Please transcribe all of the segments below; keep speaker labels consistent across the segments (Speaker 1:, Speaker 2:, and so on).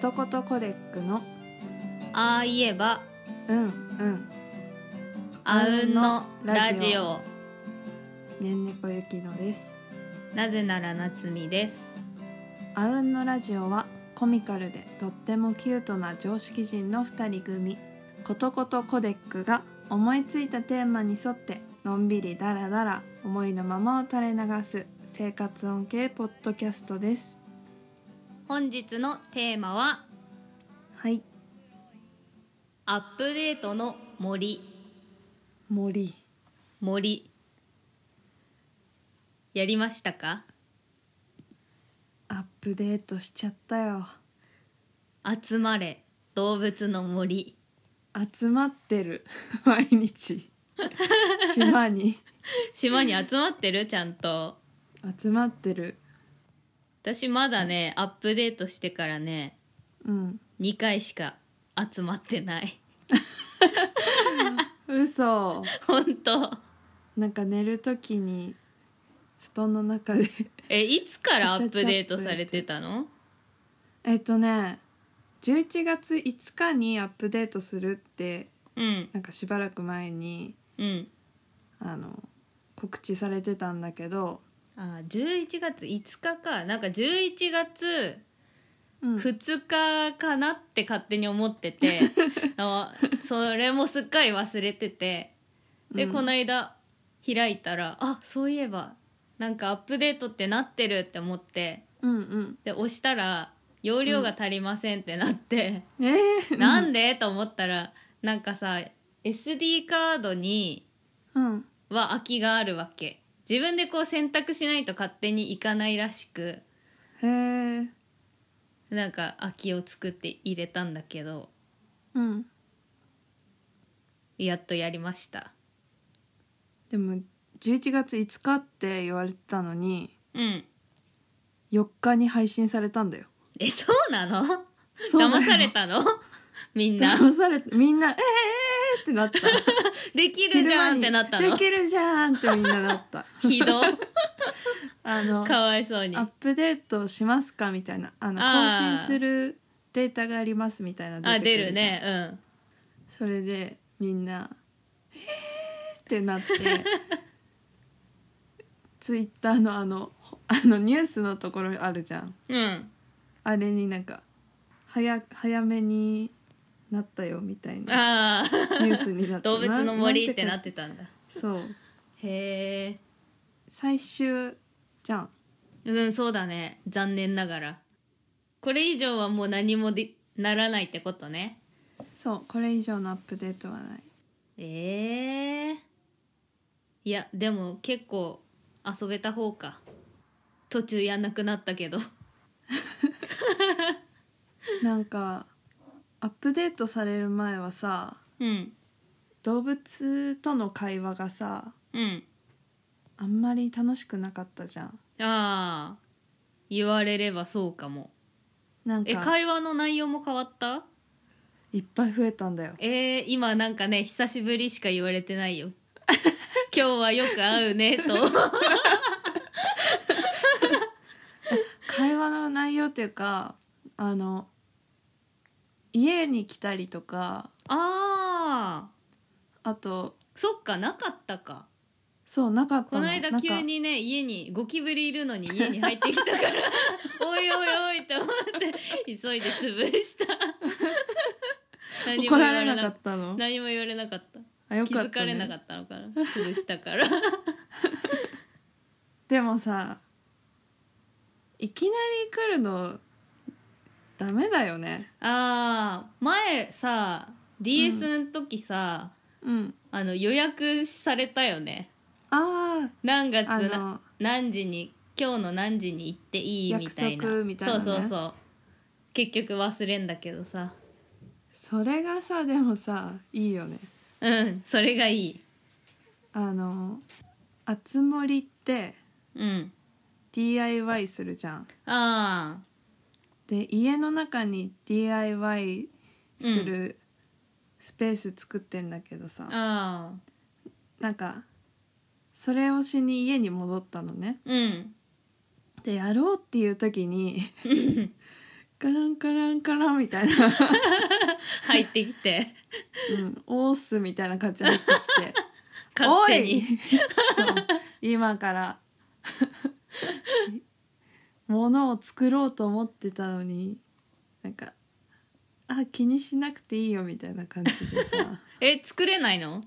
Speaker 1: とことコデックの
Speaker 2: ああ言えば
Speaker 1: うんうん
Speaker 2: あうんのラジオ
Speaker 1: ねんねこゆきのです
Speaker 2: なぜなら夏美です
Speaker 1: あうんのラジオはコミカルでとってもキュートな常識人の2人組ことことコデックが思いついたテーマに沿ってのんびりダラダラ思いのままを垂れ流す生活音系ポッドキャストです
Speaker 2: 本日のテーマは
Speaker 1: はい
Speaker 2: アップデートの森
Speaker 1: 森
Speaker 2: 森やりましたか
Speaker 1: アップデートしちゃったよ
Speaker 2: 集まれ動物の森
Speaker 1: 集まってる 毎 日島に
Speaker 2: 島に集まってるちゃんと
Speaker 1: 集まってる
Speaker 2: 私まだねアップデートしてからね
Speaker 1: うん
Speaker 2: 2回しか集まってない
Speaker 1: 嘘
Speaker 2: 本当
Speaker 1: なんか寝る時に布団の中で
Speaker 2: えいつからアップデートされてたの
Speaker 1: えっとね11月5日にアップデートするって
Speaker 2: うん
Speaker 1: なんかしばらく前に
Speaker 2: うん
Speaker 1: あの告知されてたんだけど、
Speaker 2: あ11月5日かなんか11月
Speaker 1: うん
Speaker 2: 2日かなって勝手に思ってて あのそれもすっかり忘れててで、
Speaker 1: うん
Speaker 2: この間開いたらあそういえばなんかアップデートってなってるって思って
Speaker 1: うんうん
Speaker 2: で押したら容量が足りませんってなって、
Speaker 1: えー、
Speaker 2: なんでと思ったらなんかさ SD カードに
Speaker 1: うん
Speaker 2: は空きがあるわけ自分でこう選択しないと勝手にいかないらしく
Speaker 1: へえ
Speaker 2: なんか空きを作って入れたんだけど
Speaker 1: うん
Speaker 2: やっとやりました
Speaker 1: でも11月5日って言われてたのに
Speaker 2: うん
Speaker 1: 4日に配信されたんだよ
Speaker 2: えそうなの
Speaker 1: そうだよ
Speaker 2: 騙さ れたのみんな
Speaker 1: 騙されてみんな「えーえーえー」ってなった
Speaker 2: できるじゃんってなったの
Speaker 1: できるじゃんってみんななった
Speaker 2: ひど
Speaker 1: あの
Speaker 2: かわいそうに
Speaker 1: アップデートしますかみたいなあの更
Speaker 2: あー
Speaker 1: 新するデータがありますみたいな
Speaker 2: あ
Speaker 1: て
Speaker 2: 出
Speaker 1: くじゃ
Speaker 2: る
Speaker 1: ん
Speaker 2: ねうん
Speaker 1: それでみんな「えー」ってなって ツイッターのあのほあのニュースのところあるじゃん
Speaker 2: うん
Speaker 1: あれになんか早早めになったよみたいな
Speaker 2: ああ
Speaker 1: ニュースになった
Speaker 2: 動物の森ってなっててたんだ
Speaker 1: 書いそう
Speaker 2: へ
Speaker 1: 最終じゃん
Speaker 2: えうんそうだね残念ながらこれ以上はもう何もでならないってことね
Speaker 1: そうこれ以上のアップデートはない
Speaker 2: ええいやでも結構遊べた方か途中やんなくなったけど
Speaker 1: なんかアップデートされる前はさ
Speaker 2: うん
Speaker 1: 動物との会話がさ
Speaker 2: うん
Speaker 1: あんまり楽しくなかったじゃん
Speaker 2: ああ言われればそうかも
Speaker 1: なん
Speaker 2: え
Speaker 1: か
Speaker 2: 会話の内容も変わった
Speaker 1: いっぱい増えたんだよ
Speaker 2: えー、今なんかね久しぶりしか言われてない よ今日はよく会うねと
Speaker 1: 会話の内容っていうかあの家に来たりとか
Speaker 2: ああ
Speaker 1: あと
Speaker 2: そっかなかったか
Speaker 1: そうなかった
Speaker 2: こ
Speaker 1: の
Speaker 2: の間
Speaker 1: なんか
Speaker 2: 急にね家にゴキブリいるのに家に入ってきたから おいおいおいって思って急いで潰 した何も
Speaker 1: 怒ら
Speaker 2: 言わ
Speaker 1: れ
Speaker 2: れ
Speaker 1: な
Speaker 2: なか
Speaker 1: か
Speaker 2: っ
Speaker 1: ったの
Speaker 2: た何も言われなかった
Speaker 1: あよ
Speaker 2: 気
Speaker 1: かっ
Speaker 2: づ
Speaker 1: た、
Speaker 2: か
Speaker 1: ね、
Speaker 2: れなかったのかな潰したから
Speaker 1: でもさいきなり来るのダメだよね
Speaker 2: あー前さ DS の時さ、
Speaker 1: うん
Speaker 2: あの予約されたよね
Speaker 1: あ
Speaker 2: 何月
Speaker 1: ああ
Speaker 2: な
Speaker 1: の
Speaker 2: 何時に今日の何時に行っていいみたい
Speaker 1: 約
Speaker 2: な
Speaker 1: 束みたいなね
Speaker 2: そうそうそう結局忘れんだけどさ
Speaker 1: それがさでもさいいよね
Speaker 2: うんそれがいい
Speaker 1: あの「あつ森」って
Speaker 2: うん
Speaker 1: DIY するじゃん
Speaker 2: あ
Speaker 1: で家の中に DIY するスペース作ってんだけどさ
Speaker 2: あ、ああ
Speaker 1: なんかそれをしに家に戻ったのね
Speaker 2: うん
Speaker 1: でやろうっていう時に
Speaker 2: うん
Speaker 1: カランカランカランみたいな、
Speaker 2: 入ってきて
Speaker 1: うん、オースみたいな感じになってきて
Speaker 2: 勝手に
Speaker 1: おいそう今から物を作ろうと思ってたのになんかあ気にしなくていいよみたいな感じでさ
Speaker 2: え作れないの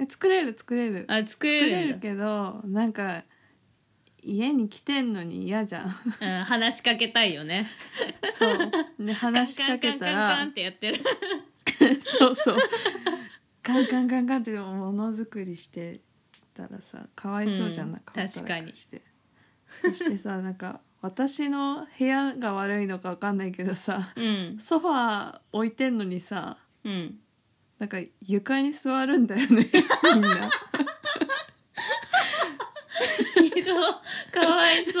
Speaker 1: え作れる作れる
Speaker 2: あ作
Speaker 1: 作
Speaker 2: れ
Speaker 1: れ
Speaker 2: る
Speaker 1: る
Speaker 2: んだ
Speaker 1: けどなんか家に来てんのに嫌じゃん
Speaker 2: うん、話しかけたいよね
Speaker 1: そうで話し
Speaker 2: カ
Speaker 1: か
Speaker 2: ンカ
Speaker 1: け
Speaker 2: ン
Speaker 1: た
Speaker 2: カンカンカ
Speaker 1: ら
Speaker 2: ンってやってる
Speaker 1: そうそうカンカンカンカンってでもものづくりしてたらさかわいそうじゃん
Speaker 2: うん
Speaker 1: なか
Speaker 2: 確かに
Speaker 1: してそしてさなんか私の部屋が悪いのかわかんないけどさ
Speaker 2: うん
Speaker 1: ソファー置いてんのにさ
Speaker 2: うん
Speaker 1: なんか床に座るんだよねみん な
Speaker 2: ひどいかわいそ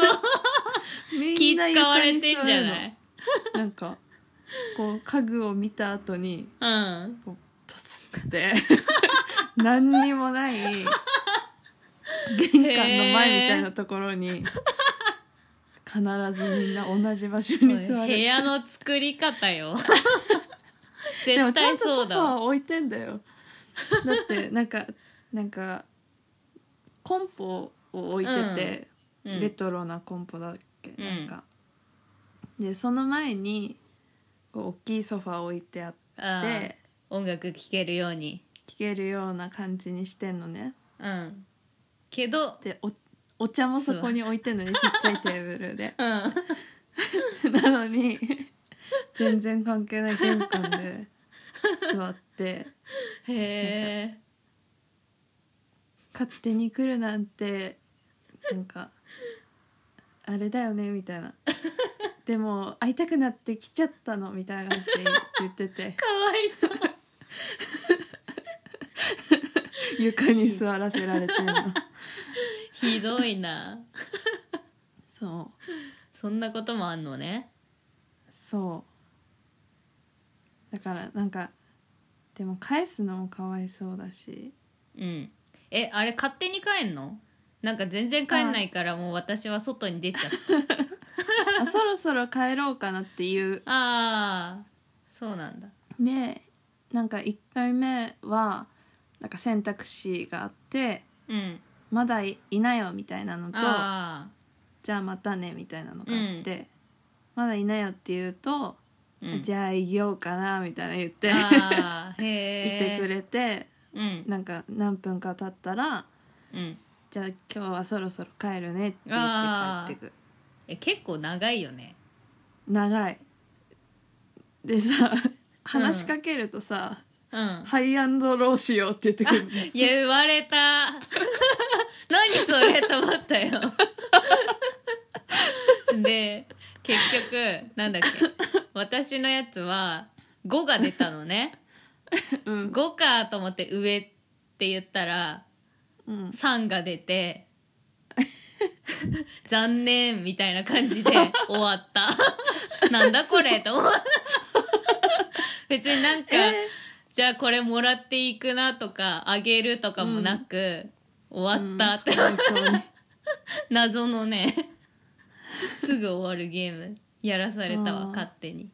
Speaker 2: う
Speaker 1: み
Speaker 2: 気
Speaker 1: んな
Speaker 2: 使わ
Speaker 1: 床
Speaker 2: れ
Speaker 1: に
Speaker 2: て
Speaker 1: 座
Speaker 2: んじゃ
Speaker 1: るの
Speaker 2: ない
Speaker 1: なんかこう家具を見た後に
Speaker 2: うん
Speaker 1: こうトスって何にもない玄関の前みたいなところに必ずみんな同じ場所に座
Speaker 2: 部
Speaker 1: る
Speaker 2: 屋の作り方よ
Speaker 1: でも
Speaker 2: 絶
Speaker 1: ちゃんと
Speaker 2: 対
Speaker 1: ソ
Speaker 2: そ
Speaker 1: フ
Speaker 2: う
Speaker 1: ァ
Speaker 2: だ
Speaker 1: ー
Speaker 2: わ
Speaker 1: 置いてんだよだってなんかなんかコンポを置いてて、
Speaker 2: う
Speaker 1: レ
Speaker 2: ん
Speaker 1: トロなコンポだっけ、
Speaker 2: うん
Speaker 1: なんかでその前にこう大きいソファー置いてあっ
Speaker 2: あー
Speaker 1: て
Speaker 2: 音楽聴けるように
Speaker 1: 聴けるような感じにしてんのね
Speaker 2: うんけど
Speaker 1: でおお茶もそこに置いてんのにちっちゃいテーブルで
Speaker 2: う ん
Speaker 1: なのに全然関係ない玄関で座って
Speaker 2: へえ
Speaker 1: 勝手に来るなんてなんかあれだよねみたいなでも会いたくなって来ちゃったのみたいな感じで言ってて
Speaker 2: かわいそう
Speaker 1: 床に座らせられてんの
Speaker 2: ひどいな
Speaker 1: そう
Speaker 2: そんなこともあんのね
Speaker 1: そうだからなんかでも返すのもかわいそうだし
Speaker 2: うんえあれ勝手に帰んのなんか全然帰んないからもう私は外に出ちゃった
Speaker 1: あそろそろ帰ろうかなっていう
Speaker 2: ああそうなんだ
Speaker 1: でなんか1回目はなんか選択肢があって
Speaker 2: うん
Speaker 1: まだいいなよみたいなのと
Speaker 2: ああ
Speaker 1: じゃあまたねみたいなのがあって、まだいなよって言うと、
Speaker 2: うん
Speaker 1: じゃあ行ようかなみたいな言って
Speaker 2: あー
Speaker 1: い
Speaker 2: へ
Speaker 1: て
Speaker 2: え
Speaker 1: くれて
Speaker 2: うん
Speaker 1: なんか何分か経ったら
Speaker 2: うん
Speaker 1: じゃあ今日はそろそろ帰るねって言って帰ってく
Speaker 2: え結構長いよね
Speaker 1: 長いでさ話しかけるとさ、
Speaker 2: うん
Speaker 1: ハイアンドローしようって言ってくるじゃん
Speaker 2: 言われた 何それと思ったよ で結局なんだっけ私のやつは5が出たのね
Speaker 1: うん
Speaker 2: 5かと思って上って言ったら
Speaker 1: うん、
Speaker 2: 3が出て 残念みたいな感じで終わった なんだこれと思う別になんか、じゃあこれもらっていくなとかあげるとかもなく、終わったって、
Speaker 1: うんかわいそうに
Speaker 2: 謎のね すぐ終わるゲームやらされた
Speaker 1: あー
Speaker 2: わ勝手に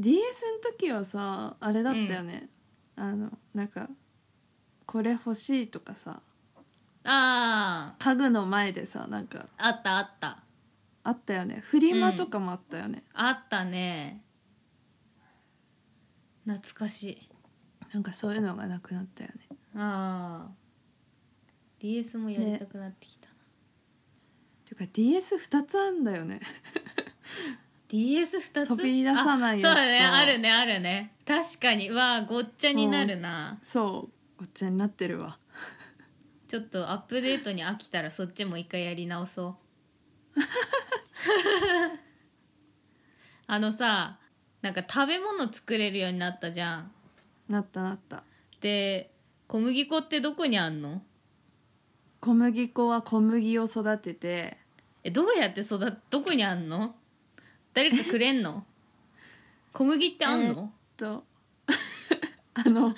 Speaker 1: DS の時はさあれだったよね、あのなんかこれ欲しいとかさ
Speaker 2: あ
Speaker 1: 家具の前でさなんか
Speaker 2: ああったあった
Speaker 1: あったよねフリマとかもあったよね、
Speaker 2: あったね懐かしい
Speaker 1: なんかそういうのがなくなったよね
Speaker 2: ああ DS もやりたくなってきたな、
Speaker 1: ていうか DS2 つあんだよね
Speaker 2: DS2 つ
Speaker 1: 飛び出さないやつと
Speaker 2: あそうだねあるねあるね確かにうわあごっちゃになるな、
Speaker 1: そうごっちゃになってるわ
Speaker 2: ちょっとアップデートに飽きたらそっちも一回やり直そうあのさなんか食べ物作れるようになったじゃん
Speaker 1: なったなった
Speaker 2: で小麦粉ってどこにあんの
Speaker 1: 小麦粉は小麦を育てて
Speaker 2: えどうやって育っどこにあんの誰かくれんの小麦ってあんの、
Speaker 1: と あの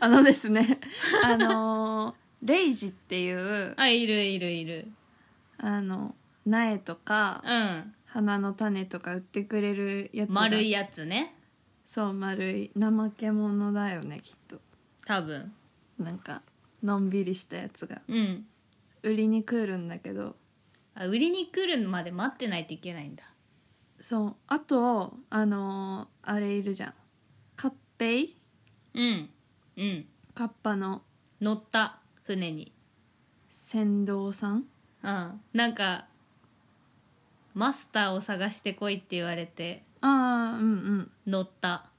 Speaker 1: あのですねあのレイジっていう
Speaker 2: あいるいるいる
Speaker 1: あの苗とか
Speaker 2: うん
Speaker 1: 花の種とか売ってくれるやつが
Speaker 2: 丸いやつね
Speaker 1: そう丸い怠け者だよねきっと
Speaker 2: 多分
Speaker 1: なんかのんびりしたやつが
Speaker 2: うん
Speaker 1: 売りに来るんだけど
Speaker 2: あ売りに来るまで待ってないといけないんだ
Speaker 1: そうあとあのーあれいるじゃんカッペイ
Speaker 2: うんうん
Speaker 1: カッパの
Speaker 2: 乗った船に
Speaker 1: 船頭さん
Speaker 2: うんなんかマスターを探してこいって言われて
Speaker 1: ああうんうん
Speaker 2: 乗った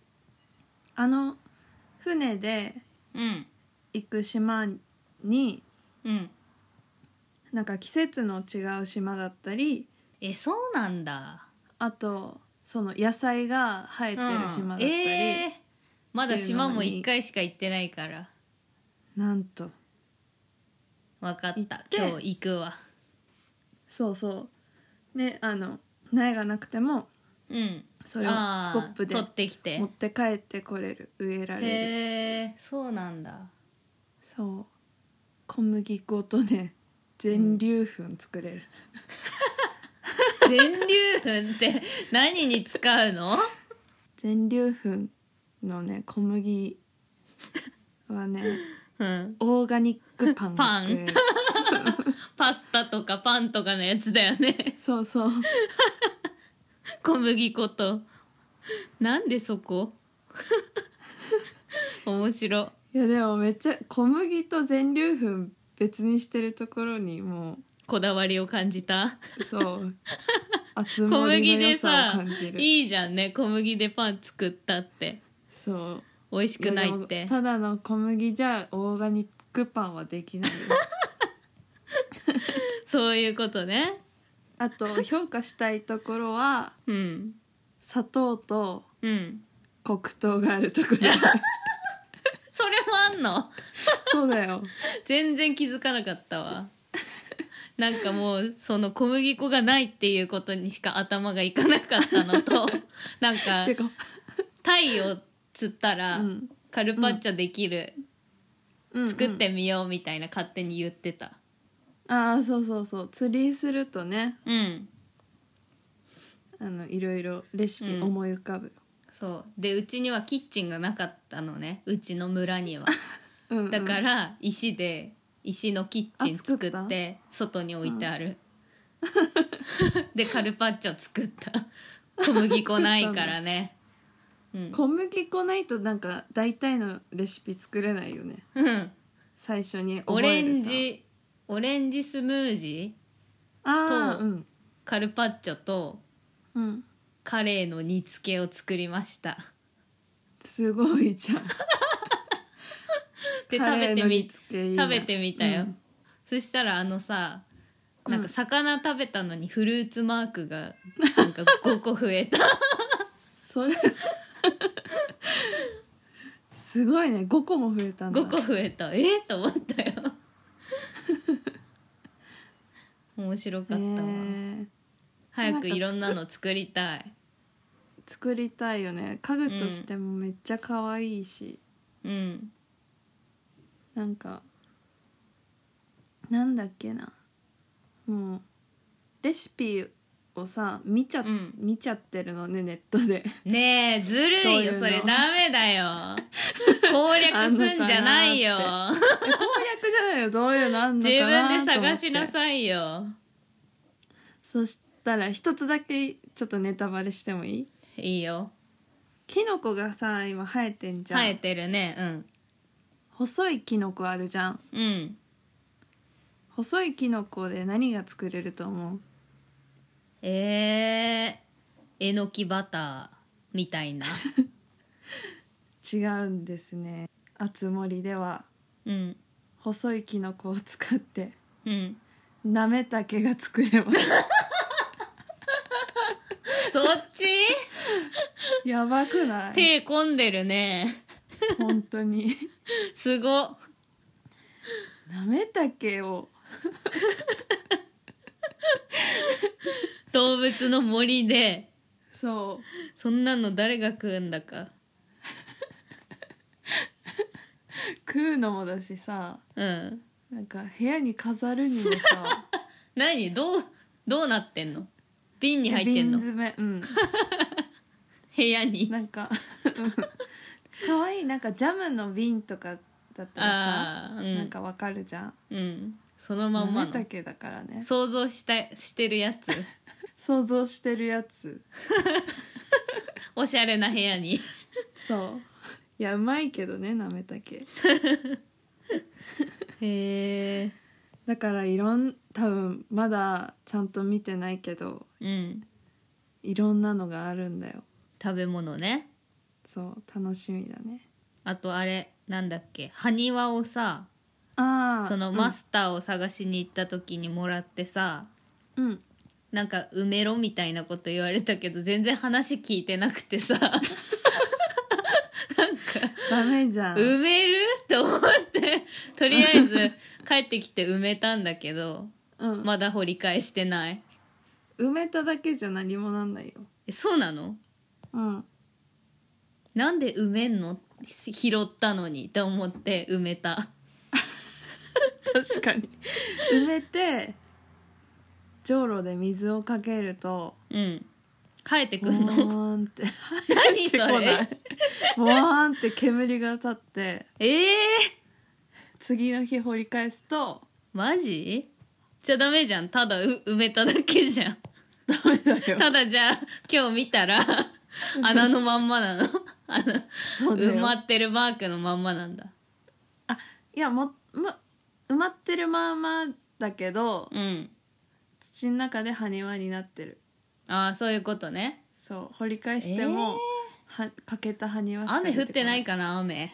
Speaker 1: あの船で
Speaker 2: うん
Speaker 1: 行く島に
Speaker 2: うん
Speaker 1: なんか季節の違う島だったり
Speaker 2: えそうなんだ
Speaker 1: あとその野菜が生えてる島だったり、
Speaker 2: うんえーまだ島も1回しか行ってないから
Speaker 1: なんと
Speaker 2: 分かっ
Speaker 1: 行ったて
Speaker 2: 今日行くわ
Speaker 1: そうそうねあの苗がなくても
Speaker 2: うん
Speaker 1: それをス
Speaker 2: あ
Speaker 1: コ
Speaker 2: ー
Speaker 1: ップで
Speaker 2: 取ってきて
Speaker 1: 持って帰ってこれる植えられる
Speaker 2: へえそうなんだ
Speaker 1: そう小麦粉とね全粒粉作れる、
Speaker 2: 全粒粉って何に使うの
Speaker 1: 全粒粉のね小麦は ね
Speaker 2: うん
Speaker 1: オーガニックパンが作れ る
Speaker 2: パスタとかパンとかのやつだよね
Speaker 1: そうそう
Speaker 2: 小麦粉となんでそこ 面白
Speaker 1: いやでもめっちゃ小麦と全粒粉別にしてるところにも
Speaker 2: こだわりを感じた
Speaker 1: うそう厚
Speaker 2: 小
Speaker 1: 盛り
Speaker 2: 麦
Speaker 1: の
Speaker 2: で
Speaker 1: 良さを
Speaker 2: さ
Speaker 1: 感じる
Speaker 2: いいじゃんね小麦でパン作ったって
Speaker 1: そう
Speaker 2: 美味しくないっ
Speaker 1: やで
Speaker 2: て
Speaker 1: もただの小麦じゃオーガニックパンはできない よ
Speaker 2: そういうことね
Speaker 1: あと評価したいところは
Speaker 2: うん
Speaker 1: 砂糖と
Speaker 2: うん
Speaker 1: 黒糖があると ころ
Speaker 2: それもあんの
Speaker 1: そうだよ
Speaker 2: 全然気づかなかったわなんかもうその小麦粉がないっていうことにしか頭がいかなかったのとなんか
Speaker 1: てか
Speaker 2: 鯛を釣ったら
Speaker 1: うん
Speaker 2: カルパッチョできる、
Speaker 1: うん
Speaker 2: 作ってみようみたいな勝手に言ってた
Speaker 1: ああそうそうそう釣りするとね
Speaker 2: うん
Speaker 1: あのいろいろレシピ
Speaker 2: うん
Speaker 1: 思い浮かぶ、
Speaker 2: そうでうちにはキッチンがなかったのねうちの村には
Speaker 1: うんうん
Speaker 2: だから石で石のキッチン
Speaker 1: あ作
Speaker 2: 作
Speaker 1: った
Speaker 2: って外に置いてある、 でカルパッチョ作った小麦粉ないからねうん、
Speaker 1: 小麦粉ないとなんか大体のレシピ作れないよね
Speaker 2: うん
Speaker 1: 最初に覚
Speaker 2: オ
Speaker 1: え
Speaker 2: レ
Speaker 1: る
Speaker 2: ン
Speaker 1: さ
Speaker 2: ジオレンジスムージ
Speaker 1: ああ
Speaker 2: と
Speaker 1: うん
Speaker 2: ーカルパッチョと
Speaker 1: うん
Speaker 2: カレーの煮付けを作りました
Speaker 1: すごいじゃん
Speaker 2: で
Speaker 1: カ
Speaker 2: 食
Speaker 1: レ
Speaker 2: べ
Speaker 1: ー
Speaker 2: て
Speaker 1: の煮
Speaker 2: み
Speaker 1: 付けいいな
Speaker 2: 食べてみたよ、
Speaker 1: うん
Speaker 2: そしたらあのさなんか魚食べたのにフルーツマークがなんか5個増え た
Speaker 1: それ すごいね5個も増えたんだ
Speaker 2: 5個増えたえっ、と思ったよ 面白かったわ、
Speaker 1: ねえ
Speaker 2: 早くいろんなの作りたい
Speaker 1: 作りたいよね家具としてもめっちゃ可愛いし、
Speaker 2: うん
Speaker 1: なんかなんだっけなもうレシピをさ見ちゃ、
Speaker 2: うん
Speaker 1: 見ちゃってるのねネット で
Speaker 2: ねえずるいよ
Speaker 1: どういうの
Speaker 2: それダメだ よ攻略すんじゃないよ
Speaker 1: え攻略じゃないよどういうのあんの
Speaker 2: 自
Speaker 1: かな
Speaker 2: 分で探しな
Speaker 1: と思って
Speaker 2: さいよ
Speaker 1: そしたら一つだけちょっとネタバレしてもいい
Speaker 2: いいよ
Speaker 1: キノコがさ今生えてんじゃん、
Speaker 2: 生えてるね
Speaker 1: 細いキノコあるじゃん
Speaker 2: うんうん
Speaker 1: 細いキノコで何が作れると思う
Speaker 2: えー、えのきバターみたいな
Speaker 1: 違うんですねあつ森では
Speaker 2: うん
Speaker 1: 細いキノコを使って
Speaker 2: うん
Speaker 1: なめたけが作れます
Speaker 2: そっち
Speaker 1: やばくない
Speaker 2: 手込んでるね
Speaker 1: 本当に
Speaker 2: すご
Speaker 1: なめたけを
Speaker 2: 動物の森で
Speaker 1: そ
Speaker 2: そんなの誰が食うんだか
Speaker 1: う食うのもだしさ
Speaker 2: うん
Speaker 1: なんか部屋に飾るにもさ
Speaker 2: 何どうどうなってんの瓶に入ってんの
Speaker 1: 瓶詰めうん
Speaker 2: 部屋に
Speaker 1: なんかうん 可愛いなんかジャムの瓶とかだったらさ、
Speaker 2: ああーうん
Speaker 1: なんかわかるじゃん
Speaker 2: うんそのまんま
Speaker 1: 豆
Speaker 2: の
Speaker 1: けだからね
Speaker 2: 想像したしてるや つ
Speaker 1: 想像してるやつ
Speaker 2: おしゃれな部屋に
Speaker 1: そういやうまいけどねなめたけ
Speaker 2: へえ
Speaker 1: だからいろん多分まだちゃんと見てないけど
Speaker 2: うん
Speaker 1: いろんなのがあるんだよ
Speaker 2: 食べ物ね
Speaker 1: そう楽しみだね
Speaker 2: あとあれなんだっけ埴輪をさ
Speaker 1: ああ
Speaker 2: そのマスターを探しに行った時にもらってさ、
Speaker 1: うん、うん
Speaker 2: なんか埋めろみたいなこと言われたけど全然話聞いてなくてさ
Speaker 1: ダメじゃん、
Speaker 2: 埋めるって思ってとりあえず帰ってきて埋めたんだけど
Speaker 1: うん
Speaker 2: まだ掘り返してない
Speaker 1: 埋めただけじゃ何もなんないよ
Speaker 2: えそうなの
Speaker 1: うん
Speaker 2: なんで埋めんの拾ったのにって思って埋めた
Speaker 1: 確かに埋めてじょうろで水をかけると
Speaker 2: うん帰って
Speaker 1: ボ
Speaker 2: くんの
Speaker 1: ーンって
Speaker 2: 何
Speaker 1: 出て
Speaker 2: そ
Speaker 1: こない
Speaker 2: れ
Speaker 1: ボーンって煙が立って
Speaker 2: ええ
Speaker 1: 次の日掘り返すと
Speaker 2: マジじゃダメじゃんただう埋めただけじゃん
Speaker 1: ダメだよ
Speaker 2: ただじゃあ今日見た ら穴のまんまなのあの
Speaker 1: そうだよ
Speaker 2: 埋まってるマークのまんまなんだ
Speaker 1: あいやもま埋まってるまんまだけど
Speaker 2: うん
Speaker 1: 土の中で埴輪になってる
Speaker 2: ああそういうことね
Speaker 1: そう掘り返しても、はかけた埴輪しか
Speaker 2: 雨降ってないいかな雨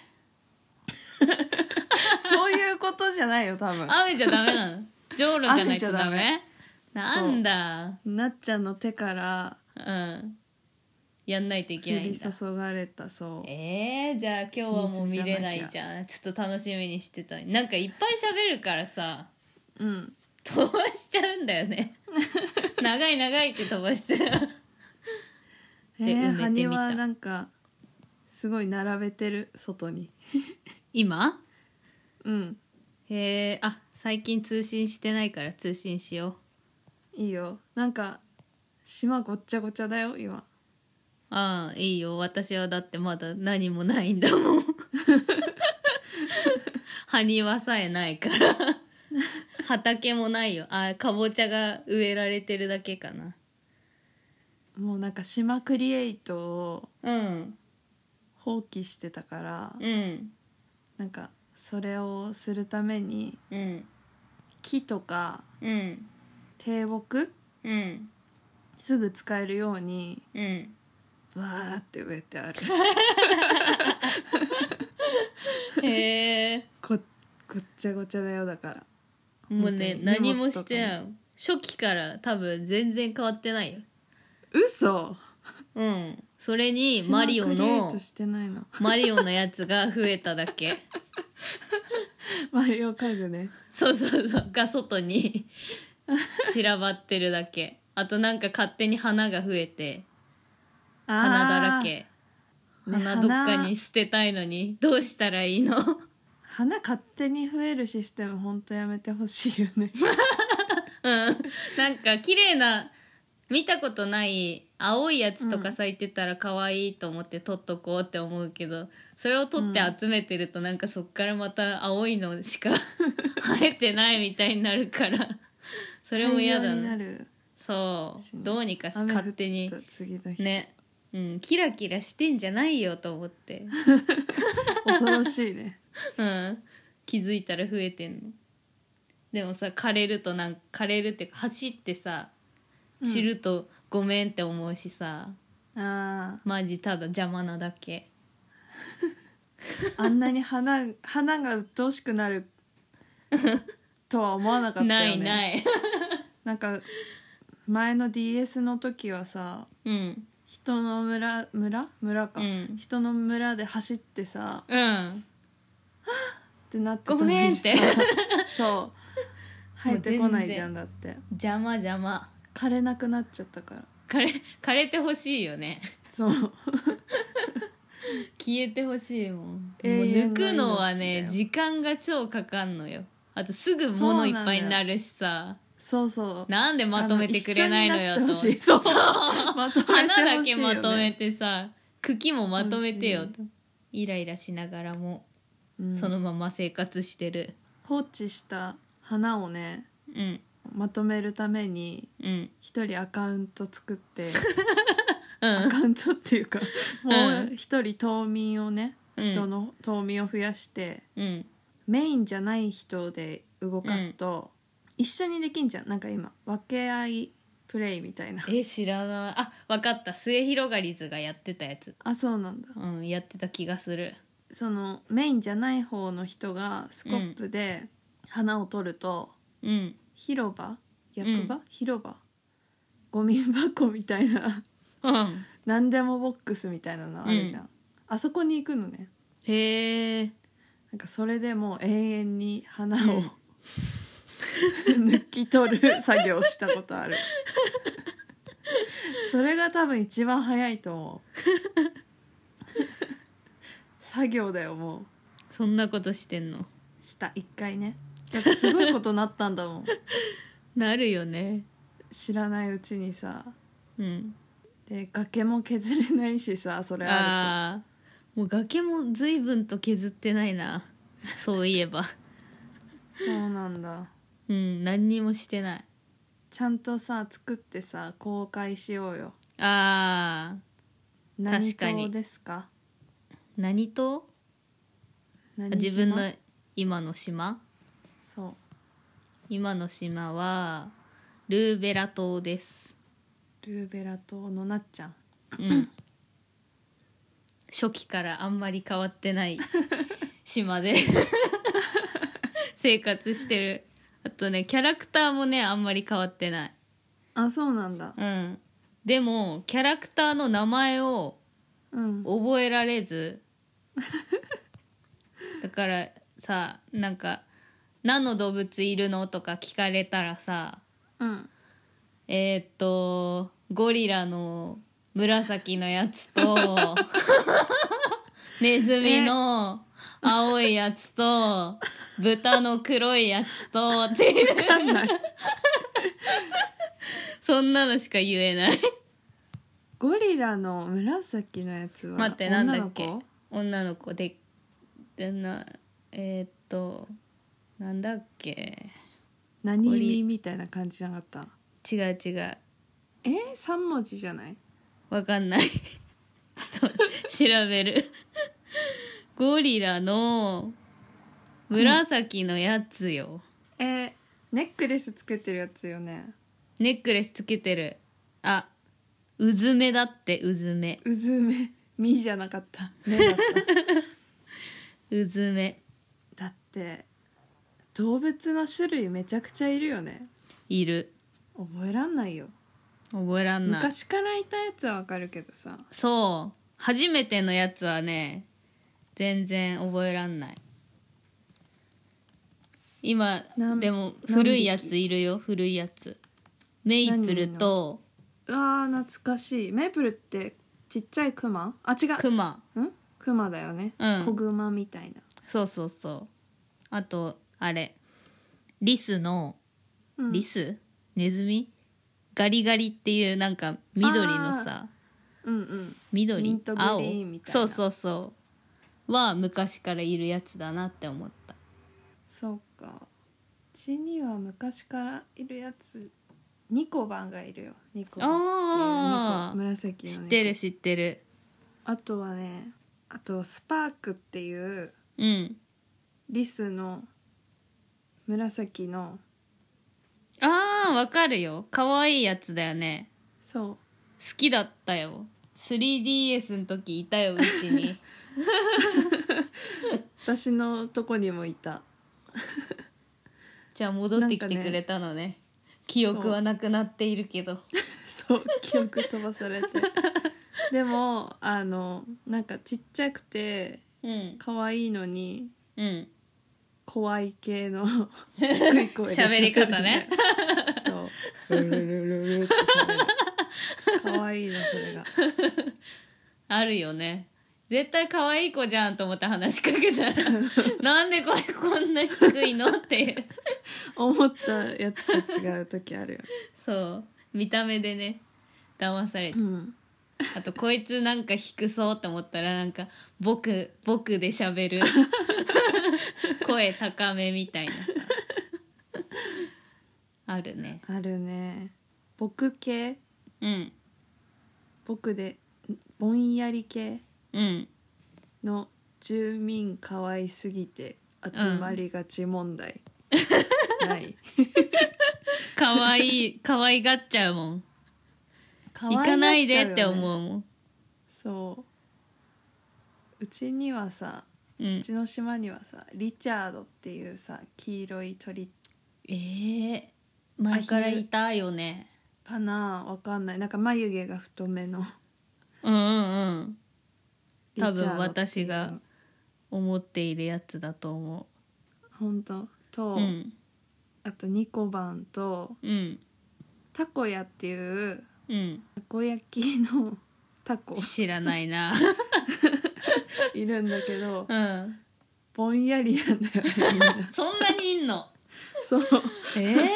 Speaker 1: そういうことじゃないよ多分
Speaker 2: 雨じゃダメな のじょうろじゃないとダメ
Speaker 1: ゃダメ
Speaker 2: なんだ
Speaker 1: なっちゃんの手から
Speaker 2: うんやんないとい
Speaker 1: 降
Speaker 2: けない
Speaker 1: り
Speaker 2: んだ
Speaker 1: 注がれたそう
Speaker 2: えー、じゃあ今日はもう見れない
Speaker 1: 水
Speaker 2: じ
Speaker 1: じ
Speaker 2: ゃんちょっと楽しみにしてたなんかいっぱい喋るからさ
Speaker 1: うん
Speaker 2: 飛ばしちゃうんだよね長い長いって飛ばしてた
Speaker 1: え
Speaker 2: で埋めて
Speaker 1: ー、
Speaker 2: み
Speaker 1: 埴
Speaker 2: た
Speaker 1: 輪なんかすごい並べてる外に
Speaker 2: 今
Speaker 1: うん
Speaker 2: へえあ最近通信してないから通信しよう
Speaker 1: いいよなんか島ごっちゃごちゃだよ今
Speaker 2: ああいいよ私はだってまだ何もないんだもん埴輪さえないから畑もないよあかぼちゃが植えられてるだけかな
Speaker 1: もうなんか島クリエイトを
Speaker 2: うん
Speaker 1: 放棄してたから
Speaker 2: うん
Speaker 1: なんかそれをするために
Speaker 2: うん
Speaker 1: 木とか
Speaker 2: うん
Speaker 1: 低木
Speaker 2: うん
Speaker 1: すぐ使えるように
Speaker 2: うん
Speaker 1: わーって植えてある
Speaker 2: へえ
Speaker 1: こごっちゃごちゃだよだから
Speaker 2: もうね
Speaker 1: 本当に
Speaker 2: 何
Speaker 1: 荷物
Speaker 2: も
Speaker 1: とか
Speaker 2: してない初期から多分全然変わってないよ
Speaker 1: 嘘
Speaker 2: うんそれにマリオ
Speaker 1: 島クリエイ
Speaker 2: の
Speaker 1: トしてないの
Speaker 2: マリオのやつが増えただ け
Speaker 1: マリオ家具ね
Speaker 2: そうそうそうが外 に散らばってるだけあとなんか勝手に花が増えて花だらけ
Speaker 1: あー
Speaker 2: 花
Speaker 1: ね
Speaker 2: どっかに捨てたいのにどうしたらいいの
Speaker 1: 花勝手に増えるシステムほんとやめてほしいよね
Speaker 2: うんなんか綺麗な見たことない青いやつとか咲いてたら可愛いと思って取っとこうって思うけどそれを取って集めてるとなんかそっからまた青いのしか生えてないみたいになるから それも嫌だ
Speaker 1: 大量に
Speaker 2: な
Speaker 1: なる
Speaker 2: そうどうにかし
Speaker 1: 雨降った
Speaker 2: 勝手に
Speaker 1: 次の日、
Speaker 2: ねうんキラキラしてんじゃないよと思って
Speaker 1: 恐ろしい ね
Speaker 2: うん気づいたら増えてんのでもさ枯れるとなんか枯れるっていうか走ってさ
Speaker 1: うん
Speaker 2: 散るとごめんって思うしさ、
Speaker 1: あ
Speaker 2: マジただ邪魔なだけ
Speaker 1: ーあんなに花花が鬱陶しくな るとは思わなかった
Speaker 2: な
Speaker 1: よ
Speaker 2: い
Speaker 1: ね
Speaker 2: ない
Speaker 1: なんか前の DS の時はさ
Speaker 2: うん
Speaker 1: 人の村村村か、
Speaker 2: うん
Speaker 1: 人の村で走ってさ
Speaker 2: うん
Speaker 1: ってなってたの
Speaker 2: ご
Speaker 1: に
Speaker 2: めんって
Speaker 1: さ そう生えてこないじゃんだって
Speaker 2: 邪魔邪魔
Speaker 1: 枯れなくなっちゃったから
Speaker 2: 枯れ枯れてほしいよね
Speaker 1: そう
Speaker 2: 消えてほしいもんもう
Speaker 1: 永遠の
Speaker 2: 抜くのは
Speaker 1: 命だ
Speaker 2: ね
Speaker 1: よ
Speaker 2: 時間が超かかんのよあとすぐ物いっぱいになるしさ
Speaker 1: そうそう
Speaker 2: なんでまとめてくれないのよ
Speaker 1: あ
Speaker 2: と
Speaker 1: 一緒になってほしいそうまとめてほしいよね
Speaker 2: 花だけまとめてさ茎もまとめてよとイライラしながらも
Speaker 1: うん
Speaker 2: そのまま生活してる
Speaker 1: 放置した花をね
Speaker 2: うん
Speaker 1: まとめるために
Speaker 2: うん
Speaker 1: 一人アカウント作って
Speaker 2: う
Speaker 1: ア
Speaker 2: ん
Speaker 1: カウントっていうかもう一人島民をね、
Speaker 2: うん
Speaker 1: 人の島民を増やして
Speaker 2: うん
Speaker 1: メインじゃない人で動かすと、一緒にできんじゃんなんか今分け合いプレイみたいな
Speaker 2: え知らないあわかった末広がり図がやってたやつ
Speaker 1: あそうなんだ
Speaker 2: うんやってた気がする
Speaker 1: そのメインじゃない方の人がスコップで花を取ると、
Speaker 2: うん
Speaker 1: 広場役場、広場ゴミ箱みたいな
Speaker 2: うん
Speaker 1: 何でもボックスみたいなのあるじゃん、あそこに行くのね
Speaker 2: へえ
Speaker 1: なんかそれでもう永遠に花を、
Speaker 2: うん
Speaker 1: 抜き取る作業をしたことあるそれが多分一番早いと思う作業だよも
Speaker 2: そんなことしてんの
Speaker 1: うした一回ねだってすごいことなったんだもん
Speaker 2: なるよね
Speaker 1: 知らないうちにさ
Speaker 2: うん
Speaker 1: で崖も削れないしさそれある
Speaker 2: ああーもう崖も随分と削ってないなそういえば
Speaker 1: とそうなんだ
Speaker 2: うん何にもしてない
Speaker 1: ちゃんとさ作ってさ公開しようよ
Speaker 2: あー
Speaker 1: 何
Speaker 2: 確かに
Speaker 1: 島ですか
Speaker 2: 何と
Speaker 1: 何島
Speaker 2: 自分の今の島
Speaker 1: そう
Speaker 2: 今の島はルーベラ島です、
Speaker 1: ルーベラ島のなっちゃん
Speaker 2: うん、初期からあんまり変わって ない島 で生活してるあとねキャラクターもねあんまり変わってない
Speaker 1: あそうなんだ
Speaker 2: うんでもキャラクターの名前を
Speaker 1: うん
Speaker 2: 覚えら れずだからさなんか「何の動物いるの?」とか聞かれたらさ
Speaker 1: うん
Speaker 2: えーっとゴリラの紫のやつ とネズミの青いやつと豚の黒いやつとっていう
Speaker 1: 分かん ない
Speaker 2: そんなのしか言 えない
Speaker 1: ゴリラの紫のやつは
Speaker 2: 待ってなんだっけ
Speaker 1: 女の子
Speaker 2: 女の子ででなえーっとなんだっけ
Speaker 1: 何耳みたいな感じじゃなかった
Speaker 2: 違う違う
Speaker 1: え三文字じゃない
Speaker 2: わかんない ちょっと調べるゴリラの紫のやつよ、
Speaker 1: えーネックレスつけてるやつよね
Speaker 2: ネックレスつけてるあうずめだってうずめ
Speaker 1: うずめみじゃなかった目だっ
Speaker 2: うずめ
Speaker 1: ただって動物の種類めちゃくちゃいるよね
Speaker 2: いる
Speaker 1: 覚えらんないよ
Speaker 2: 覚えらんない
Speaker 1: 昔からいたやつはわかるけどさ
Speaker 2: そう初めてのやつはね全然覚えらんない今
Speaker 1: なん
Speaker 2: でも
Speaker 1: 何
Speaker 2: 古いやついるよ古いやつメイプルと
Speaker 1: うわー懐かしいメープルってちっちゃいクマあ 違
Speaker 2: クマ
Speaker 1: ううんクマだよね、
Speaker 2: うん
Speaker 1: 子グマみたいな
Speaker 2: そうそうそうあとあれリスの、
Speaker 1: うん
Speaker 2: リスネズミガリガリっていうなんか緑のさ
Speaker 1: うんうん
Speaker 2: 緑
Speaker 1: ミントグリ
Speaker 2: 青
Speaker 1: ーンみたいな
Speaker 2: そうそうそうは昔からいるやつだなって思った
Speaker 1: そうかうちには昔からいるやつニコバンがいるよニコバンっ
Speaker 2: あー
Speaker 1: ていうニコ紫の
Speaker 2: 知
Speaker 1: ニコ
Speaker 2: ってる知ってる
Speaker 1: あとはねあとスパークっていう
Speaker 2: うん
Speaker 1: リスの紫の
Speaker 2: あーわかるよ可愛いやつだよね
Speaker 1: そう
Speaker 2: 好きだったよ 3DS の時いたようち に
Speaker 1: 私のとこにもいた
Speaker 2: じゃあ戻ってきてくれたのね記憶はなくなっているけど
Speaker 1: そう記憶飛ばされて でもあのなんかちっちゃくて
Speaker 2: うん
Speaker 1: 可愛いのに
Speaker 2: うん
Speaker 1: 怖い系の低い声で
Speaker 2: 喋り方ね
Speaker 1: そうルルルルルルって喋る可愛いのそれが
Speaker 2: あるよね絶対可愛い子じゃんと思って話しかけたらなんでこれこんな低いのって
Speaker 1: 思ったやつと違う時あるよ、
Speaker 2: そう見た目でね騙されちゃう、
Speaker 1: うん、
Speaker 2: あとこいつなんか低そうって思ったらなんか「僕僕で喋る声高め」みたいなさあるね
Speaker 1: あるね僕系
Speaker 2: うん
Speaker 1: 僕でぼんやり系
Speaker 2: うん
Speaker 1: の住民可愛すぎて集まりがち問題、ない
Speaker 2: かわいいかわいがっちゃうもん 行かないでって思うもん
Speaker 1: そううちにはさ
Speaker 2: う
Speaker 1: うんちの島にはさリチャードっていうさ黄色い鳥
Speaker 2: えー、前からいたよね
Speaker 1: かなわかんないなんか眉毛が太めの
Speaker 2: うんうんうん
Speaker 1: リチャードっ
Speaker 2: 多
Speaker 1: ていう
Speaker 2: 分私が思っているやつだと思
Speaker 1: ほんとと、
Speaker 2: ううん
Speaker 1: あとニコバンと
Speaker 2: うん
Speaker 1: たこやっていう
Speaker 2: うん
Speaker 1: たこ焼きのタコ
Speaker 2: 知らないな
Speaker 1: いるんだけど
Speaker 2: うん
Speaker 1: ぼんやりなんだよねみんな
Speaker 2: そんなにいんの
Speaker 1: そう
Speaker 2: ええ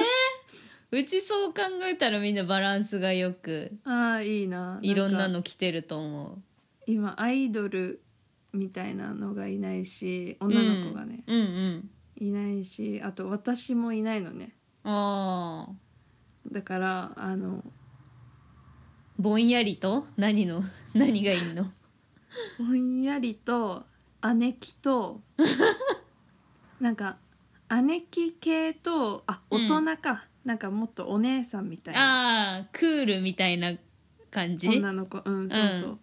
Speaker 2: うちそう考えたらみんなバランスがよく
Speaker 1: ああいいななんか
Speaker 2: いろんなの着てると思
Speaker 1: 今アイドルみたいなのがいないし
Speaker 2: う
Speaker 1: 女の子がね、
Speaker 2: うんうん
Speaker 1: いないしあと私もいないのね
Speaker 2: うんああ
Speaker 1: だからあの
Speaker 2: ぼんやりと何の 何がいいの
Speaker 1: ぼんやりと姉貴 となんか姉貴系とあ
Speaker 2: う
Speaker 1: 大
Speaker 2: ん
Speaker 1: 人か、なんかもっとお姉さんみたいな
Speaker 2: ああクールみたいな感じ
Speaker 1: 女の子うんそうそう、
Speaker 2: うん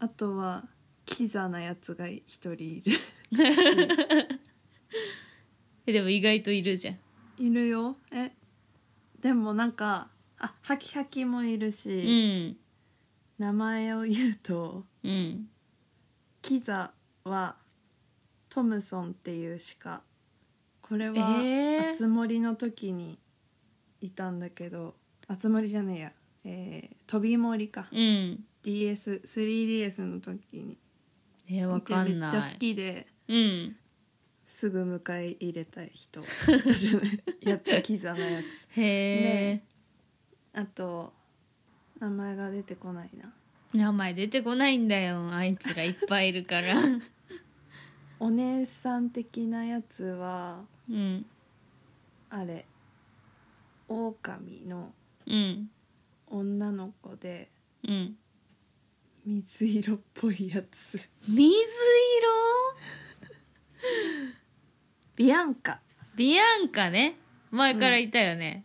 Speaker 1: あとはキザなやつが一人いる
Speaker 2: えでも意外といるじゃん
Speaker 1: いるよえでもなんかあハキハキもいる
Speaker 2: う
Speaker 1: し、
Speaker 2: ん
Speaker 1: 名前を言うと
Speaker 2: うん
Speaker 1: キザはトムソンっていう鹿これは、
Speaker 2: え
Speaker 1: あつ森の時にいたんだけどあつ森じゃねえや、えー、飛び森か
Speaker 2: うん
Speaker 1: DS3DS の時に
Speaker 2: えわかん
Speaker 1: め
Speaker 2: ない
Speaker 1: っちゃ好きで
Speaker 2: うん
Speaker 1: すぐ迎え入れたい人人じゃないやつキザなやつ
Speaker 2: へえ
Speaker 1: ねあと名前が出てこないな
Speaker 2: 名前出てこないんだよあいつらいっぱいいるから
Speaker 1: お姉さん的なやつは
Speaker 2: うん
Speaker 1: あれ狼の
Speaker 2: うん
Speaker 1: 女の子で
Speaker 2: うん
Speaker 1: 水色っぽいやつ
Speaker 2: 水色
Speaker 1: ビアンカ
Speaker 2: ビアンカね前からいたよね、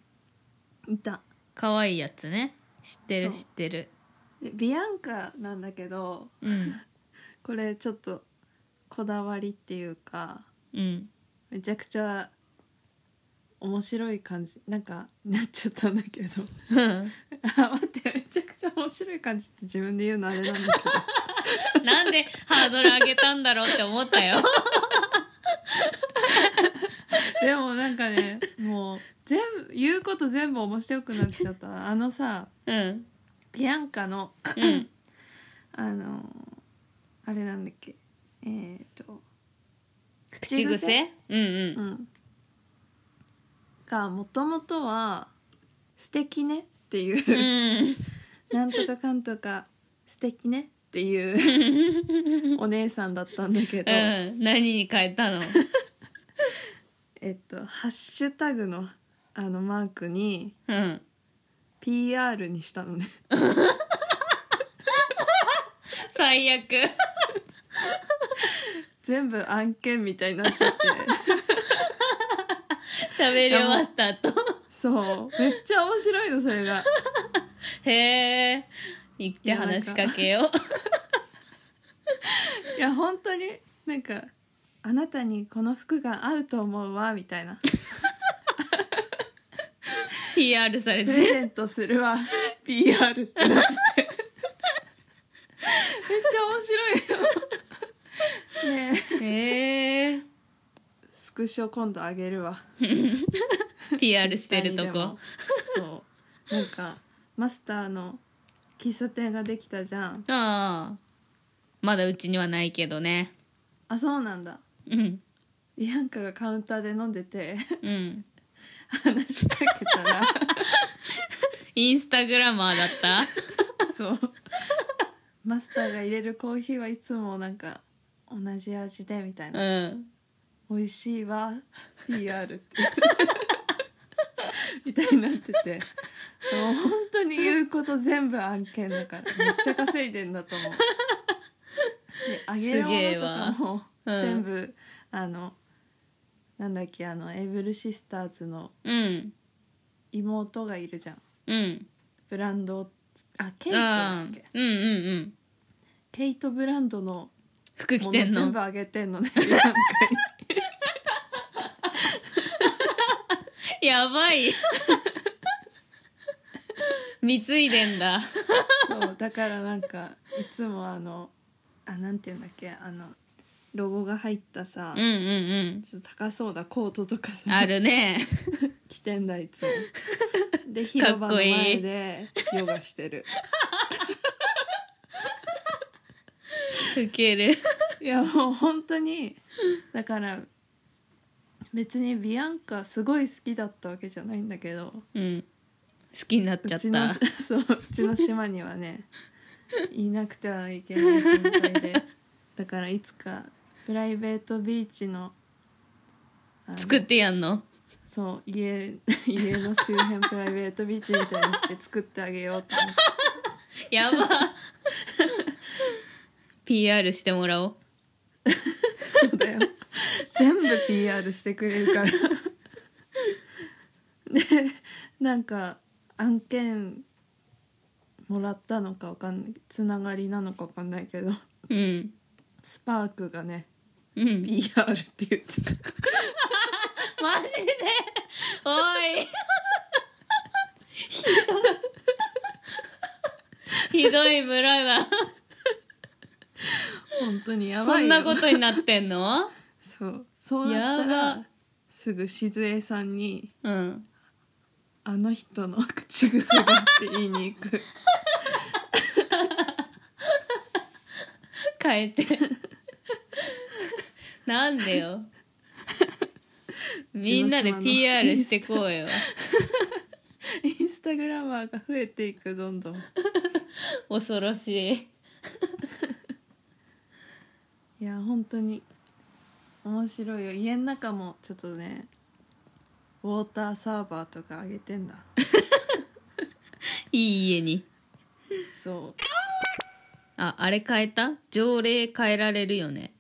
Speaker 1: いた
Speaker 2: 可愛いやつね知ってる
Speaker 1: そう
Speaker 2: 知ってる
Speaker 1: でビアンカなんだけど
Speaker 2: うん
Speaker 1: これちょっとこだわりっていうか
Speaker 2: うん
Speaker 1: めちゃくちゃ面白い感じなんかなっちゃったんだけど あ待ってめちゃくちゃ面白い感じって自分で言うのあれなんだけど
Speaker 2: なんでハードル上げたんだろうって思ったよ
Speaker 1: でもなんかねもう全部言うこと全部面白くなっちゃ ったあのさ
Speaker 2: うん
Speaker 1: ビアンカの
Speaker 2: うん
Speaker 1: あのあれなんだっけえー、っと
Speaker 2: 口癖うんうん、
Speaker 1: うん、がもともとは「素敵ね」って
Speaker 2: う
Speaker 1: いう、
Speaker 2: ん、
Speaker 1: なんとかかんとか「素敵ね」っていう お姉さんだったんだけど、
Speaker 2: うん、何に変えたの
Speaker 1: えっとハッシュタグのあのマークに
Speaker 2: うん
Speaker 1: PR にしたのね
Speaker 2: 最悪
Speaker 1: 全部案件みたいになっちゃ って
Speaker 2: 喋り終わった後
Speaker 1: そうめっちゃ面白いのそれが
Speaker 2: へえ行って話しかけよ
Speaker 1: いや本当になんか「あなたにこの服が合うと思うわ」みたいな「
Speaker 2: う PR され
Speaker 1: プ
Speaker 2: て
Speaker 1: レゼ ントするわ PR」ってなっててめっちゃ面白いよねえ
Speaker 2: へえ
Speaker 1: スクショ今度あげるわ
Speaker 2: PR してるとこ
Speaker 1: そうなんかマスターの喫茶店ができたじゃん
Speaker 2: ああまだうちにはないけどね
Speaker 1: あそうなんだ
Speaker 2: うん
Speaker 1: イアンカがカウンターで飲んでて
Speaker 2: うん
Speaker 1: 話しかけたら
Speaker 2: インスタグラマーだった
Speaker 1: そうマスターが入れるコーヒーはいつもなんか同じ味でみたいな
Speaker 2: うん
Speaker 1: 美味しいわ PR ってみたいになっててもう本当に言うこと全部案件だからめっちゃ稼いでんだと思うであげるものとかも
Speaker 2: すげえわうん
Speaker 1: 全部、あのなんだっけあのエイブルシスターズの
Speaker 2: うん
Speaker 1: 妹がいるじゃん
Speaker 2: うん
Speaker 1: ブランドをあケイ
Speaker 2: う
Speaker 1: トだっ
Speaker 2: ん
Speaker 1: け
Speaker 2: うんうんうん
Speaker 1: ケイトブランドの
Speaker 2: 服着
Speaker 1: もの
Speaker 2: て
Speaker 1: 全
Speaker 2: んの
Speaker 1: 部あげてんのね なんか
Speaker 2: やばい貢いでんだ
Speaker 1: そうだからなんかいつもあのあなんていうんだっけあのロゴが入ったさ、
Speaker 2: うんうんうん
Speaker 1: ちょっと高そうなコートとかさ
Speaker 2: ある ね
Speaker 1: 着てんだい つもで広場の前でヨガしてる
Speaker 2: ウケる
Speaker 1: いやもう本当にだから別にビアンカすごい好きだったわけじゃないんだけど
Speaker 2: うん好きになっちゃ
Speaker 1: う
Speaker 2: っ
Speaker 1: ちの
Speaker 2: た
Speaker 1: そううちの島にはねいなくてはいけない存在でだからいつかプライベートビーチのあの
Speaker 2: 作ってやんの
Speaker 1: そう家家の周辺 プライベートビーチみたいにして作ってあげようと思って
Speaker 2: やば PR してもらおう
Speaker 1: そうだよ全部 PR してくれるからでなんか案件もらったのかわかんないつながりなのかわかんないけど
Speaker 2: うん
Speaker 1: スパークがね
Speaker 2: うん
Speaker 1: PR って言ってた
Speaker 2: マジでおいひどいひどい村だ
Speaker 1: 本当にや
Speaker 2: そ
Speaker 1: ばい
Speaker 2: ん
Speaker 1: よ
Speaker 2: なことになってんの
Speaker 1: そうそうなった
Speaker 2: やば
Speaker 1: らすぐ静江さんに
Speaker 2: うん
Speaker 1: 「あの人の口癖が」って言いに行く
Speaker 2: 変えてなん でよみんなで PR してこうよ
Speaker 1: インスタグラマーが増えていくどんどん
Speaker 2: 恐ろしい
Speaker 1: いや本当に面白いよ家の中もちょっとねウォーターサーバーとかあげてん だ
Speaker 2: いい家に
Speaker 1: そう
Speaker 2: ああれ変えた条例変えられるよね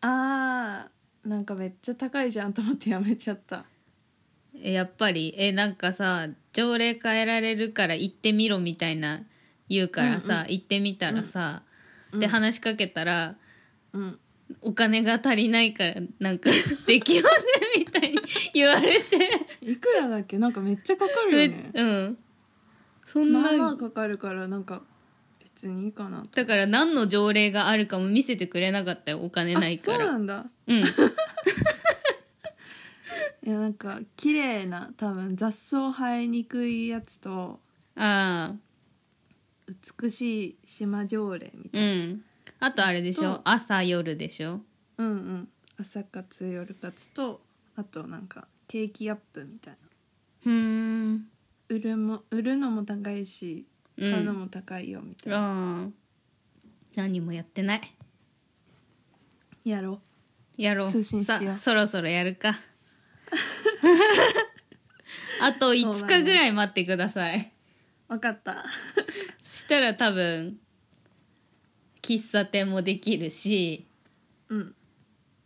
Speaker 1: あーなんかめっちゃ高いじゃんと思ってやめちゃった
Speaker 2: えやっぱりえなんかさ条例変えられるから行ってみろみたいな言うからさ、行ってみたらさ、で話しかけたら、
Speaker 1: うん
Speaker 2: お金が足りないからなんか できませんみたいに言われて、
Speaker 1: いくらだっけなんかめっちゃかかるよね
Speaker 2: うんそんな、
Speaker 1: まあまあかかるからなんか別にいいかなと
Speaker 2: だから何の条例があるかも見せてくれなかったよお金ない
Speaker 1: あそ
Speaker 2: か
Speaker 1: うな
Speaker 2: ら
Speaker 1: んだ
Speaker 2: うん
Speaker 1: いやなんか綺麗な多分雑草生えにくいやつと
Speaker 2: ああ
Speaker 1: 美しい島条例みたい
Speaker 2: うんあとあれでし
Speaker 1: そ
Speaker 2: ょ
Speaker 1: う
Speaker 2: 朝夜でしょ
Speaker 1: なうんうん朝活夜活とあとなんかケーキアップみたいな
Speaker 2: うん
Speaker 1: 売るも売るのも高いし
Speaker 2: うん
Speaker 1: 買うのも高いよみたいな、
Speaker 2: ああ何もやってない
Speaker 1: やろ
Speaker 2: やろう
Speaker 1: 通信しよう
Speaker 2: さそろそろやる かあと5日ぐらい待ってくださいそ,、
Speaker 1: う分かった
Speaker 2: したら多分喫茶店もできるし
Speaker 1: うん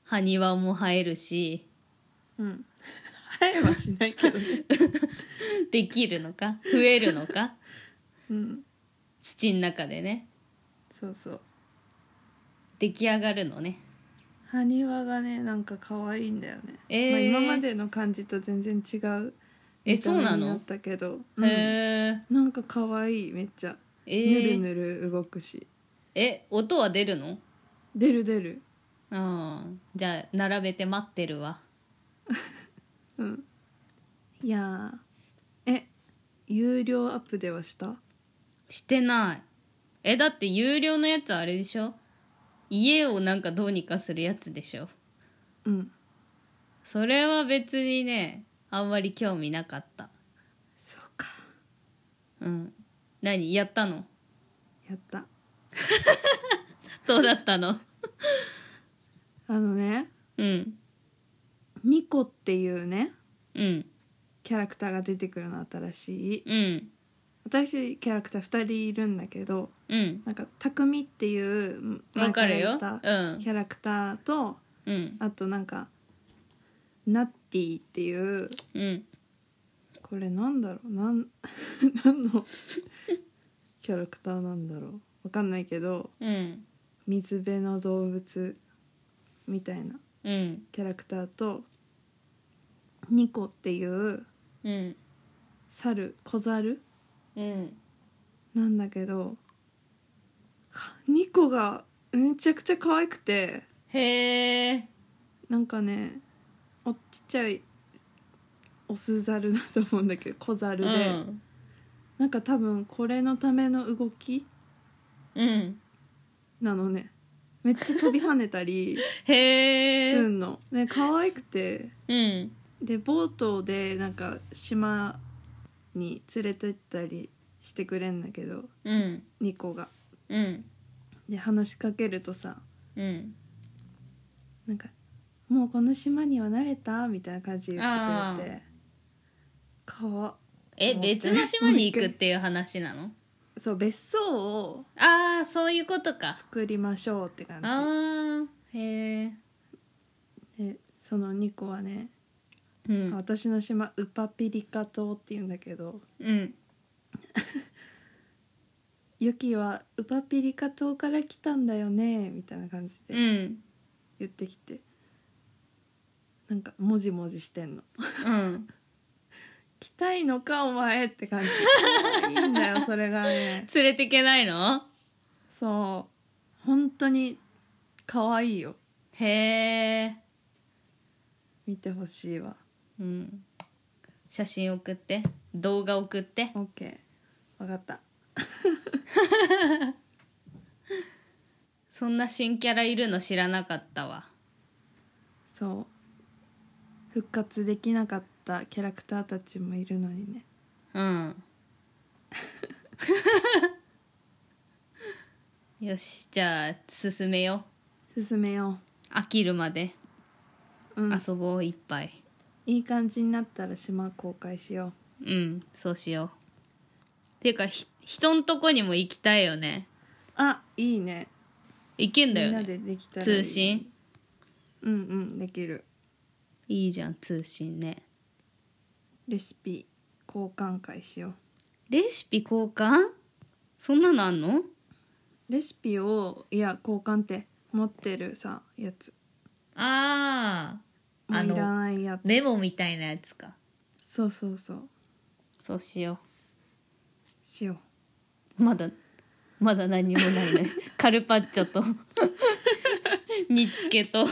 Speaker 2: 埴輪も生えるし
Speaker 1: うん 生えはしないけどね
Speaker 2: できるのか増えるのか
Speaker 1: うん
Speaker 2: 土の中でね
Speaker 1: そうそう
Speaker 2: 出来上がるのね
Speaker 1: 埴輪がねなんか可愛いんだよね、
Speaker 2: えー
Speaker 1: まあ、今までの感じと全然違う
Speaker 2: えそうな
Speaker 1: 見た目に
Speaker 2: の
Speaker 1: なったけど、うん
Speaker 2: へー
Speaker 1: なんか可愛いめっちゃ
Speaker 2: え
Speaker 1: ぬ
Speaker 2: ー
Speaker 1: るぬる動くし
Speaker 2: え音は出るの
Speaker 1: 出る出る
Speaker 2: ああじゃあ並べて待ってるわ
Speaker 1: うんいやーえ有料アップではした
Speaker 2: してないえだって有料のやつあれでしょ家をなんかどうにかするやつでしょ
Speaker 1: うん
Speaker 2: それは別にねあんまり興味なかった
Speaker 1: そうか
Speaker 2: うん何やったの
Speaker 1: やった
Speaker 2: どうだったの
Speaker 1: あのね
Speaker 2: うん
Speaker 1: ニコっていうね
Speaker 2: うん
Speaker 1: キャラクターが出てくるの新しい
Speaker 2: うん
Speaker 1: 新しいキャラクター2人いるんだけど
Speaker 2: うん
Speaker 1: なんか匠っていう
Speaker 2: わかるよ
Speaker 1: 前らいうた
Speaker 2: ん
Speaker 1: キャラクターと
Speaker 2: うん
Speaker 1: あとなんかナッティっていう
Speaker 2: うん
Speaker 1: これなんだろうなん 何のキャラクターなんだろうわかんないけど
Speaker 2: うん
Speaker 1: 水辺の動物みたいな
Speaker 2: うん
Speaker 1: キャラクターとニコっていう
Speaker 2: うん
Speaker 1: 猿小猿
Speaker 2: うん
Speaker 1: なんだけどかニコがめちゃくちゃ可愛くて
Speaker 2: へえ
Speaker 1: なんかねおちっちゃいオス猿だと思うんだけど 小猿で、
Speaker 2: うん
Speaker 1: なんか多分これのための動き
Speaker 2: うん
Speaker 1: なのねめっちゃ飛び跳ねたり
Speaker 2: へ
Speaker 1: す
Speaker 2: え
Speaker 1: んの、ね、可愛くて
Speaker 2: うん
Speaker 1: でボートでなんか島に連れてったりしてくれんだけど
Speaker 2: うん
Speaker 1: ニコが。
Speaker 2: うん
Speaker 1: で話しかけるとさ
Speaker 2: うん
Speaker 1: なんか「もうこの島には慣れた?」みたいな感じで言ってくれてかわ
Speaker 2: え
Speaker 1: もう
Speaker 2: 別の島に行くっていう話なの
Speaker 1: そう別荘を
Speaker 2: ああそういうことか
Speaker 1: 作りましょうって感じ
Speaker 2: ああへえ
Speaker 1: でその2個はね、
Speaker 2: うん
Speaker 1: 私の島ウパピリカ島っていうんだけど
Speaker 2: うん
Speaker 1: ユキはウパピリカ島から来たんだよねみたいな感じ
Speaker 2: う
Speaker 1: で
Speaker 2: ん
Speaker 1: 言ってきて、なんかもじもじしてんの
Speaker 2: うん
Speaker 1: 「来たいのかお前」って感じいいんだよ それがね
Speaker 2: 連れてけないの
Speaker 1: そう本当に可愛いよ
Speaker 2: へえ、
Speaker 1: 見てほしいわ
Speaker 2: うん、写真送って動画送って
Speaker 1: オッケーわかった
Speaker 2: そんな新キャラいるの知らなかったわ
Speaker 1: そう復活できなかったキャラクターたちもいるのにね
Speaker 2: うんよしじゃあ進めよ
Speaker 1: 進めよ
Speaker 2: う飽きるまで
Speaker 1: う、うん、
Speaker 2: 遊ぼういっぱい
Speaker 1: いい感じになったら島公開しよ
Speaker 2: うんそうしようていうかひ人んとこにも行きたいよね
Speaker 1: うあいいね
Speaker 2: 行けんだ
Speaker 1: みん
Speaker 2: よ
Speaker 1: な
Speaker 2: ね
Speaker 1: でできたらいい
Speaker 2: 通信
Speaker 1: うんうんできる
Speaker 2: いいじゃん通信ね
Speaker 1: レシピ交換会しよ
Speaker 2: レシピ交換そんなのあんの
Speaker 1: うレシピをいや交換って持ってるさやつ
Speaker 2: ああ
Speaker 1: も
Speaker 2: あ
Speaker 1: ういら
Speaker 2: の
Speaker 1: ないやつ
Speaker 2: メモみたいなやつか
Speaker 1: そうそうそう
Speaker 2: そうしよ
Speaker 1: しよ
Speaker 2: うまだまだ何にもない ねカルパッチョと 煮つけと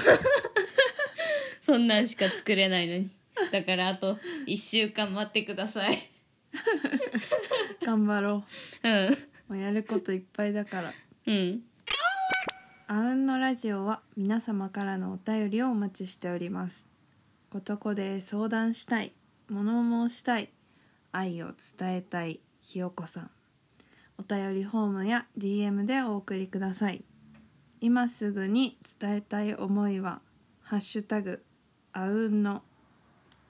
Speaker 2: そんなんしか作れないのにだからあと1週間待ってください
Speaker 1: う頑張ろ
Speaker 2: うん
Speaker 1: うもうやることいっぱいだから
Speaker 2: うん
Speaker 1: あうんのラジオは皆様からのお便りをお待ちしております。ことこで相談したい、物申したい、愛を伝えたいひよこさん。お便りフォームや DM でお送りください。今すぐに伝えたい思いは、ハッシュタグ、あうんの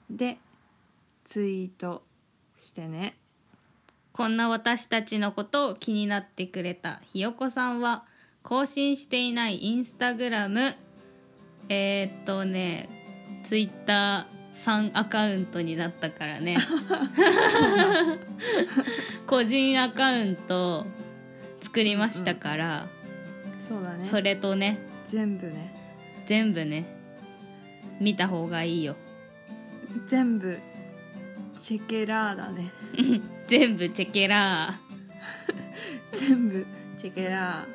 Speaker 1: でツイートしてね。
Speaker 2: こんな私たちのことを気になってくれたひよこさんは更新していないインスタグラムえー、っとねツイッター3アカウントになったからね個人アカウント作りましたから、
Speaker 1: そうだね。
Speaker 2: それとね
Speaker 1: 全部ね。
Speaker 2: 全部ね見た方がいいよ
Speaker 1: 全部チェケラーだね。
Speaker 2: 全部チェケラー
Speaker 1: 全部チェケラ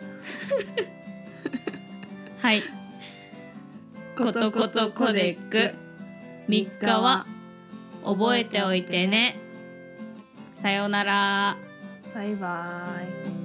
Speaker 2: はい
Speaker 1: ー
Speaker 2: ことことコデック3日は覚えておいてねさようなら
Speaker 1: バイバイ